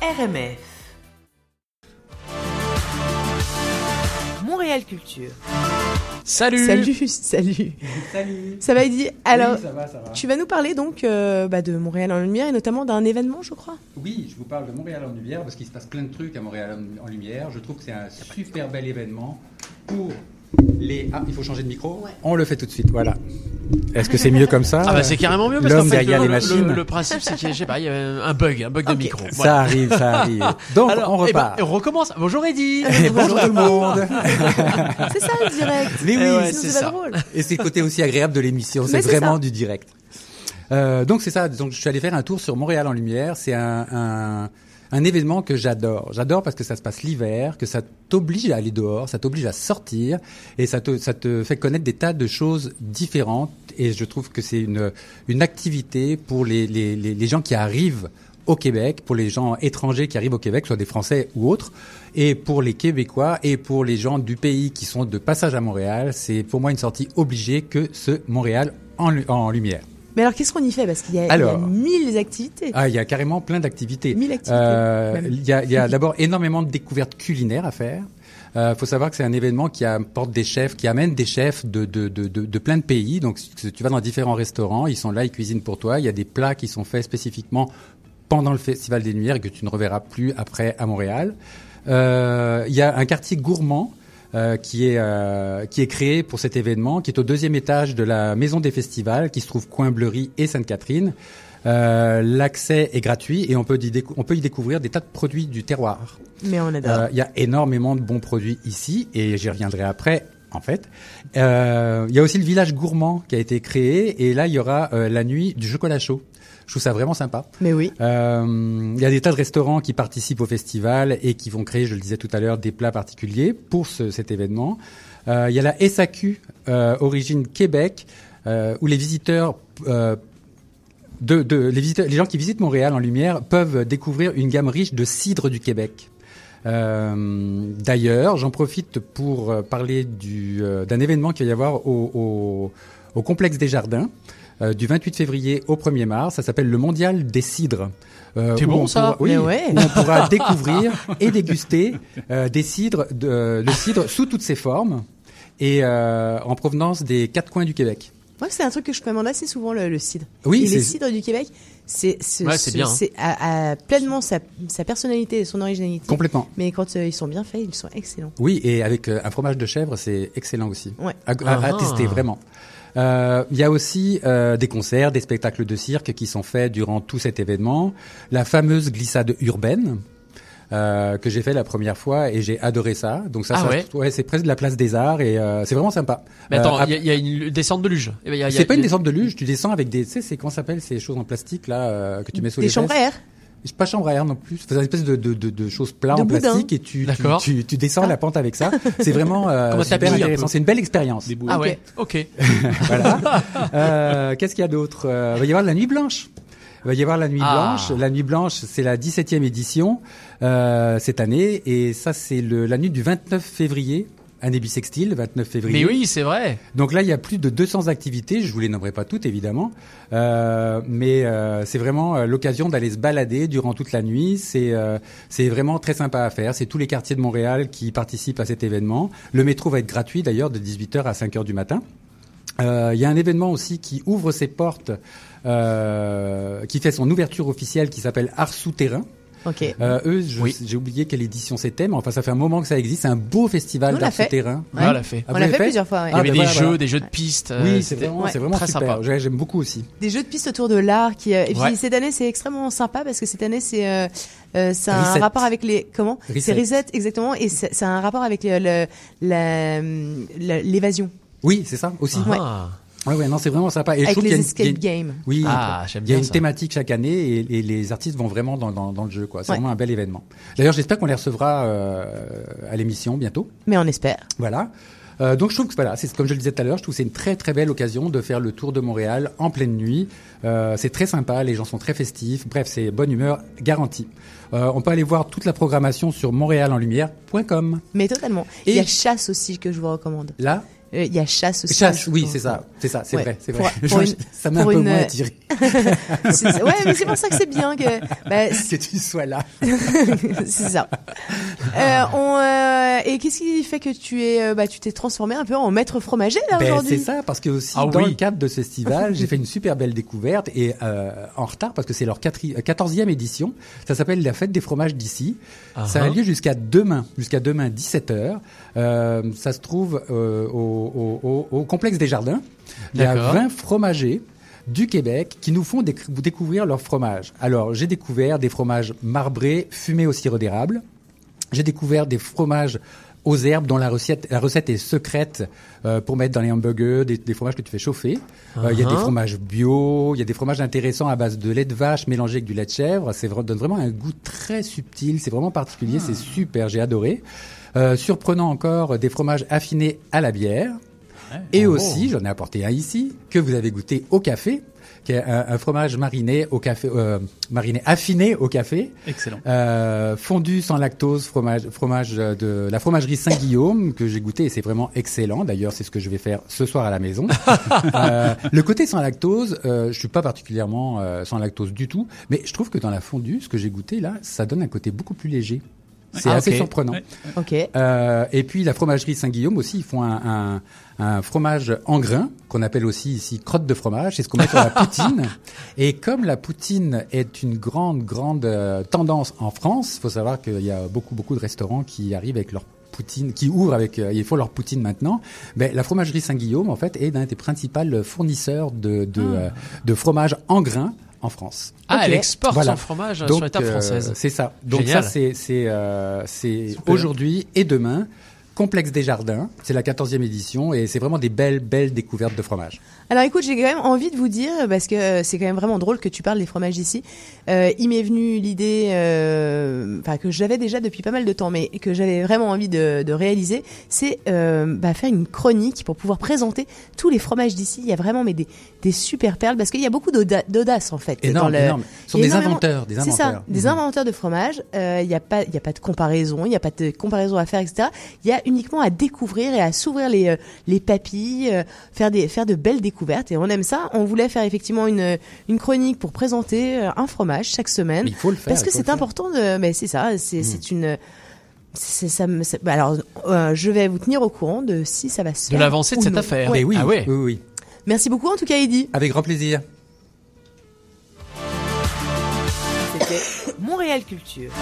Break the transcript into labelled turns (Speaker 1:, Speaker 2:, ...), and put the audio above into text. Speaker 1: RMF. Montréal Culture.
Speaker 2: Salut
Speaker 3: Salut, salut.
Speaker 4: Salut
Speaker 3: Ça va, Eddy Alors,
Speaker 4: Oui, ça va, ça va.
Speaker 3: tu vas nous parler donc euh, bah, de Montréal en lumière et notamment d'un événement, je crois.
Speaker 4: Oui, je vous parle de Montréal en Lumière parce qu'il se passe plein de trucs à Montréal en- en Lumière. Je trouve que c'est un super bel événement pour les. Ah, il faut changer de micro On le fait tout de suite, voilà. Est-ce que c'est mieux comme ça Euh,
Speaker 2: Ah bah c'est carrément mieux parce
Speaker 4: L'homme
Speaker 2: qu'en fait,
Speaker 4: derrière
Speaker 2: le,
Speaker 4: les
Speaker 2: le-
Speaker 4: machines.
Speaker 2: le- le principe c'est qu'il y a, je sais pas, il y a un bug, un bug de micro.
Speaker 4: Ça
Speaker 2: Voilà.
Speaker 4: arrive, ça arrive. Donc, on
Speaker 2: eh ben,
Speaker 4: repart. Eh,
Speaker 2: on recommence. Bonjour Eddy.
Speaker 4: Bonjour tout le monde.
Speaker 3: C'est ça, le direct.
Speaker 4: Mais
Speaker 2: Eh
Speaker 4: Ah. oui,
Speaker 2: ouais,
Speaker 3: Sinon,
Speaker 2: c'est
Speaker 3: c'est
Speaker 2: ça.
Speaker 3: pas drôle.
Speaker 4: Et c'est le côté aussi agréable de l'émission, c'est
Speaker 3: Mais c'est
Speaker 4: vraiment
Speaker 3: ça.
Speaker 4: du direct. Euh, donc c'est ça, donc je suis allé faire un tour sur Montréal en lumière, c'est un, un, un événement que j'adore. J'adore parce que ça se passe l'hiver, que ça t'oblige à aller dehors, ça t'oblige à sortir et ça te, ça te fait connaître des tas de choses différentes et je trouve que c'est une, une activité pour les, les, les, les gens qui arrivent au Québec, pour les gens étrangers qui arrivent au Québec, soit des Français ou autres, et pour les Québécois et pour les gens du pays qui sont de passage à Montréal, c'est pour moi une sortie obligée que ce Montréal en, lu- en lumière.
Speaker 3: Mais alors, qu'est-ce qu'on y fait Parce qu'il y, a- il y a
Speaker 4: Alors.
Speaker 3: mille activités.
Speaker 4: Ah, il y a carrément plein d'activités.
Speaker 3: Mille activités,
Speaker 4: Euh,
Speaker 3: même.
Speaker 4: il y a, il y a d'abord énormément de découvertes culinaires à faire. Euh, faut savoir que c'est un événement qui apporte des chefs, qui amène des chefs de, de, de, de, de plein de pays. Donc, si tu vas dans différents restaurants, ils sont là, ils cuisinent pour toi. Il y a des plats qui sont faits spécifiquement pendant le Festival des Lumières et que tu ne reverras plus après à Montréal. Euh, il y a un quartier gourmand euh, qui est euh, qui est créé pour cet événement, qui est au deuxième étage de la maison des festivals, qui se trouve coin Bleury et Sainte-Catherine. Euh, L'accès est gratuit et on peut, y décou- on peut y découvrir des tas de produits du terroir.
Speaker 3: Mais on adore.
Speaker 4: Euh, Il y a énormément de bons produits ici et j'y reviendrai après. En fait, Euh, il y a aussi le village gourmand qui a été créé et là il y aura euh, la nuit du chocolat chaud. Je trouve ça vraiment sympa.
Speaker 3: Mais oui.
Speaker 4: Euh, Il y a des tas de restaurants qui participent au festival et qui vont créer, je le disais tout à l'heure, des plats particuliers pour ce- cet événement. Euh, Il y a la SAQ, euh, origine Québec, euh, où les visiteurs... euh, de, de- les, visiteurs- les gens qui visitent Montréal en lumière peuvent découvrir une gamme riche de cidres du Québec. Euh, D'ailleurs, j'en profite pour euh, parler du, euh, d'un événement qu'il va y avoir au, au- au complexe des jardins. euh, du 28 février au 1er mars, ça s'appelle le Mondial des cidres. Euh,
Speaker 2: C'est
Speaker 4: où
Speaker 2: bon,
Speaker 4: on
Speaker 2: ça
Speaker 4: pourra- oui,
Speaker 3: Mais ouais.
Speaker 4: où on pourra découvrir et déguster euh, des cidres, de, euh, le cidre sous toutes ses formes et euh, en provenance des quatre coins du Québec.
Speaker 3: Moi, c'est un truc que je commande assez souvent, le, le cidre.
Speaker 4: Oui,
Speaker 3: Et les
Speaker 4: c'est-
Speaker 3: cidres du Québec, c'est ce-
Speaker 2: Ouais, c'est
Speaker 3: ce-
Speaker 2: bien.
Speaker 4: hein.
Speaker 3: c'est à, à pleinement sa, sa personnalité et son originalité.
Speaker 4: Complètement.
Speaker 3: Mais quand euh, ils sont bien faits, ils sont excellents.
Speaker 4: Oui, et avec euh, un fromage de chèvre, c'est excellent aussi.
Speaker 3: Ouais.
Speaker 4: À, à- à
Speaker 2: Ah.
Speaker 4: tester, vraiment. Euh, Il y a aussi euh, des concerts, des spectacles de cirque qui sont faits durant tout cet événement. La fameuse glissade urbaine euh, que j'ai fait la première fois et j'ai adoré ça. Donc ça,
Speaker 2: Ah
Speaker 4: ça-
Speaker 2: ouais.
Speaker 4: c'est presque de la place des arts et euh, c'est vraiment sympa.
Speaker 2: Mais attends,
Speaker 4: Euh,
Speaker 2: il y a- il y, a une descente de luge. Eh ben, il y a- il y a-
Speaker 4: c'est pas une
Speaker 2: il y a-
Speaker 4: descente de luge, tu descends avec des, tu sais, c'est comment ça s'appelle ces choses en plastique là euh, que tu mets sous
Speaker 3: Des
Speaker 4: les
Speaker 3: chambres à
Speaker 4: vestes.
Speaker 3: air.
Speaker 4: C'est Pas chambre à air non plus. C'est une espèce de, de, de, de choses plats
Speaker 3: De
Speaker 4: en
Speaker 3: boudin.
Speaker 4: plastique et tu, tu,
Speaker 2: D'accord.
Speaker 4: tu, tu descends la pente avec ça. C'est vraiment euh,
Speaker 2: Comme un
Speaker 4: super
Speaker 2: tapis, un
Speaker 4: intéressant.
Speaker 2: peu.
Speaker 4: C'est une belle expérience.
Speaker 2: Ah ouais, ok.
Speaker 4: Voilà.
Speaker 3: Ah
Speaker 4: Euh, Qu'est-ce qu'il y a d'autre Euh, Il va y avoir la nuit blanche. Il va y avoir la nuit
Speaker 2: Ah.
Speaker 4: blanche. La nuit blanche, c'est la 17e édition euh, cette année. Et ça, c'est le- la nuit du 29 février. Année bissextile, 29
Speaker 2: Mais
Speaker 4: février.
Speaker 2: oui, c'est vrai.
Speaker 4: Donc là, il y a plus de 200 activités. Je vous les nommerai pas toutes, évidemment, Euh, mais euh, c'est vraiment euh, l'occasion d'aller se balader durant toute la nuit. C'est euh, c'est vraiment très sympa à faire. C'est tous les quartiers de Montréal qui participent à cet événement. Le métro va être gratuit d'ailleurs de 18h à 5h du matin. Euh, Il y a un événement aussi qui ouvre ses portes, euh, qui fait son ouverture officielle, qui s'appelle Art Souterrain.
Speaker 3: Ok.
Speaker 4: Euh, eux, je-
Speaker 2: Oui.
Speaker 4: j'ai oublié quelle édition c'était, mais enfin, ça fait un moment que ça existe. C'est un beau festival
Speaker 3: Nous, on l'a
Speaker 4: d'art
Speaker 3: fait.
Speaker 4: souterrain.
Speaker 2: Ouais, on l'a fait.
Speaker 4: Ah,
Speaker 3: On
Speaker 4: vous
Speaker 3: l'a
Speaker 4: l'avez
Speaker 3: fait, plusieurs fois. ouais.
Speaker 2: Il y
Speaker 4: Ah,
Speaker 2: avait
Speaker 4: bah
Speaker 2: des
Speaker 4: voilà,
Speaker 2: jeux,
Speaker 4: voilà.
Speaker 2: des jeux de pistes. euh,
Speaker 4: Oui, c'est
Speaker 2: c'était-
Speaker 4: vraiment,
Speaker 3: ouais,
Speaker 4: c'est vraiment
Speaker 2: très
Speaker 4: super.
Speaker 2: sympa.
Speaker 4: J'ai- J'aime beaucoup aussi.
Speaker 3: Des jeux de piste autour de l'art. Qui, euh, et puis
Speaker 2: Ouais.
Speaker 3: cette année, c'est extrêmement sympa parce que cette année, c'est euh, euh, c'est un
Speaker 4: Reset.
Speaker 3: rapport avec les comment
Speaker 4: Reset.
Speaker 3: C'est reset exactement et c'est c'est un rapport avec le- le- la- la- l'évasion
Speaker 4: Oui, c'est ça aussi.
Speaker 2: Ah.
Speaker 4: Ouais. ouais, non, c'est vraiment sympa. Et je
Speaker 3: avec
Speaker 4: trouve
Speaker 3: les
Speaker 4: qu'il y a une-
Speaker 3: escape
Speaker 4: il y a une-
Speaker 3: games.
Speaker 4: Oui,
Speaker 2: Ah, j'aime
Speaker 4: il y a
Speaker 2: bien
Speaker 4: une
Speaker 2: ça.
Speaker 4: thématique chaque année et, et les artistes vont vraiment dans, dans, dans le jeu. quoi. C'est
Speaker 3: Ouais.
Speaker 4: vraiment un bel événement. D'ailleurs, j'espère qu'on les recevra euh, à l'émission bientôt.
Speaker 3: Mais on espère.
Speaker 4: Voilà. Euh, donc je trouve que voilà, c'est comme je le disais tout à l'heure, je trouve que c'est une très très belle occasion de faire le tour de Montréal en pleine nuit. Euh, c'est très sympa, les gens sont très festifs. Bref, c'est bonne humeur garantie. Euh, on peut aller voir toute la programmation sur montréalenlumière.com.
Speaker 3: Mais totalement.
Speaker 4: Et-
Speaker 3: Il y a chasse aussi que je vous recommande.
Speaker 4: Là,
Speaker 3: Euh, Il y a chasse aussi.
Speaker 4: Chasse,
Speaker 3: je
Speaker 4: oui,
Speaker 3: crois.
Speaker 4: c'est ça, c'est ça, c'est
Speaker 3: Ouais.
Speaker 4: vrai, c'est
Speaker 3: Pour-
Speaker 4: vrai.
Speaker 3: pour
Speaker 4: Je-
Speaker 3: une-
Speaker 4: ça m'a un
Speaker 3: pour
Speaker 4: peu
Speaker 3: une- euh,
Speaker 4: moins attiré
Speaker 3: C'est- c'est- Ouais, mais c'est pour ça que c'est bien que. bah,
Speaker 4: que tu sois là.
Speaker 3: c'est ça. Euh, on, euh, et qu'est-ce qui fait que tu es, euh, bah, tu t'es transformé un peu en maître fromager là
Speaker 4: Ben,
Speaker 3: aujourd'hui
Speaker 4: c'est ça, parce que aussi
Speaker 2: Ah
Speaker 4: dans
Speaker 2: oui.
Speaker 4: le cadre de ce festival, j'ai fait une super belle découverte et euh, en retard parce que c'est leur quatri- euh, 14e édition. Ça s'appelle la fête des fromages d'ici. Ça a
Speaker 2: Ah-ha.
Speaker 4: lieu jusqu'à demain, jusqu'à demain 17h. Euh, ça se trouve euh, au, au- au- au complexe des jardins. Il y a
Speaker 2: D'accord.
Speaker 4: 20 fromagers du Québec qui nous font déc- découvrir leurs fromages. Alors, j'ai découvert des fromages marbrés, fumés au sirop d'érable. J'ai découvert des fromages aux herbes dont la recette, la recette est secrète euh, pour mettre dans les hamburgers, des, des fromages que tu fais chauffer. Euh, Il y a des
Speaker 2: Uh-huh.
Speaker 4: fromages bio, il y a des fromages intéressants à base de lait de vache mélangé avec du lait de chèvre. C'est vra- donne vraiment un goût très subtil, c'est vraiment particulier, c'est super, j'ai adoré. Euh, surprenant encore, euh, des fromages affinés à la bière. Et
Speaker 2: Oh.
Speaker 4: aussi, j'en ai apporté un ici, que vous avez goûté au café, qui est un, un fromage mariné au café, euh, mariné affiné au café.
Speaker 5: Excellent.
Speaker 4: Euh, fondu sans lactose, fromage, fromage euh, de la fromagerie Saint-Guillaume que j'ai goûté et c'est vraiment excellent. D'ailleurs, c'est ce que je vais faire ce soir à la maison. Euh, le côté sans lactose, euh, je suis pas particulièrement euh, sans lactose du tout, mais je trouve que dans la fondue, ce que j'ai goûté là, ça donne un côté beaucoup plus léger. C'est
Speaker 2: Ah,
Speaker 4: assez
Speaker 2: ok.
Speaker 4: surprenant.
Speaker 5: Ouais.
Speaker 3: Ok.
Speaker 4: Euh, et puis la fromagerie Saint-Guillaume aussi, ils font un, un, un fromage en grain qu'on appelle aussi ici crotte de fromage. C'est ce qu'on met sur la poutine. Et comme la poutine est une grande, grande euh, tendance en France, faut savoir qu'il y a beaucoup, beaucoup de restaurants qui arrivent avec leur poutine, qui ouvrent avec, euh, ils font leur poutine maintenant. Mais la fromagerie Saint-Guillaume, en fait, est l'un des principaux fournisseurs de, de, euh, de fromage en grain en France.
Speaker 2: Ah,
Speaker 3: Ok.
Speaker 2: elle exporte
Speaker 4: Voilà.
Speaker 2: son fromage euh,
Speaker 4: Donc,
Speaker 2: sur la table
Speaker 4: euh,
Speaker 2: française.
Speaker 4: c'est ça. Donc
Speaker 2: Génial.
Speaker 4: ça, c'est c'est euh, c'est
Speaker 2: Super.
Speaker 4: aujourd'hui et demain. Complexe des Jardins, c'est la 14e édition et c'est vraiment des belles, belles découvertes de fromage.
Speaker 3: Alors écoute, j'ai quand même envie de vous dire, parce que euh, c'est quand même vraiment drôle que tu parles des fromages ici, euh, il m'est venu l'idée, euh, enfin que j'avais déjà depuis pas mal de temps, mais que j'avais vraiment envie de, de réaliser, c'est euh, bah, faire une chronique pour pouvoir présenter tous les fromages d'ici. Il y a vraiment mais des, des super perles, parce qu'il y a beaucoup d'auda- d'audace en fait.
Speaker 4: Énorme,
Speaker 3: dans le...
Speaker 4: énorme. Ce sont
Speaker 3: il y a
Speaker 4: des
Speaker 3: énormément-
Speaker 4: inventeurs, des
Speaker 3: C'est
Speaker 4: inventeurs.
Speaker 3: ça, des
Speaker 4: Mhm.
Speaker 3: inventeurs de fromage. Euh, Il n'y a pas, il y a pas de comparaison, il n'y a pas de comparaison à faire, etc. Il y a uniquement à découvrir et à s'ouvrir les euh, les papilles, euh, faire des faire de belles découvertes. Et on aime ça. On voulait faire effectivement une une chronique pour présenter euh, un fromage chaque semaine.
Speaker 4: Mais il faut le faire.
Speaker 3: Parce que
Speaker 4: il faut le
Speaker 3: c'est
Speaker 4: faire. Mhm.
Speaker 3: important de. Mais c'est ça, c'est c'est une. c'est- ça me- c'est- bah alors, euh, je vais vous tenir au courant de si ça va se
Speaker 2: De
Speaker 3: faire
Speaker 2: l'avancée de
Speaker 3: ou
Speaker 2: cette
Speaker 3: non.
Speaker 2: affaire.
Speaker 4: Mais ben oui,
Speaker 2: Ah ouais.
Speaker 4: oui, oui.
Speaker 3: Merci beaucoup en tout cas, Eddy.
Speaker 4: Avec grand plaisir.
Speaker 1: C'était Montréal Culture.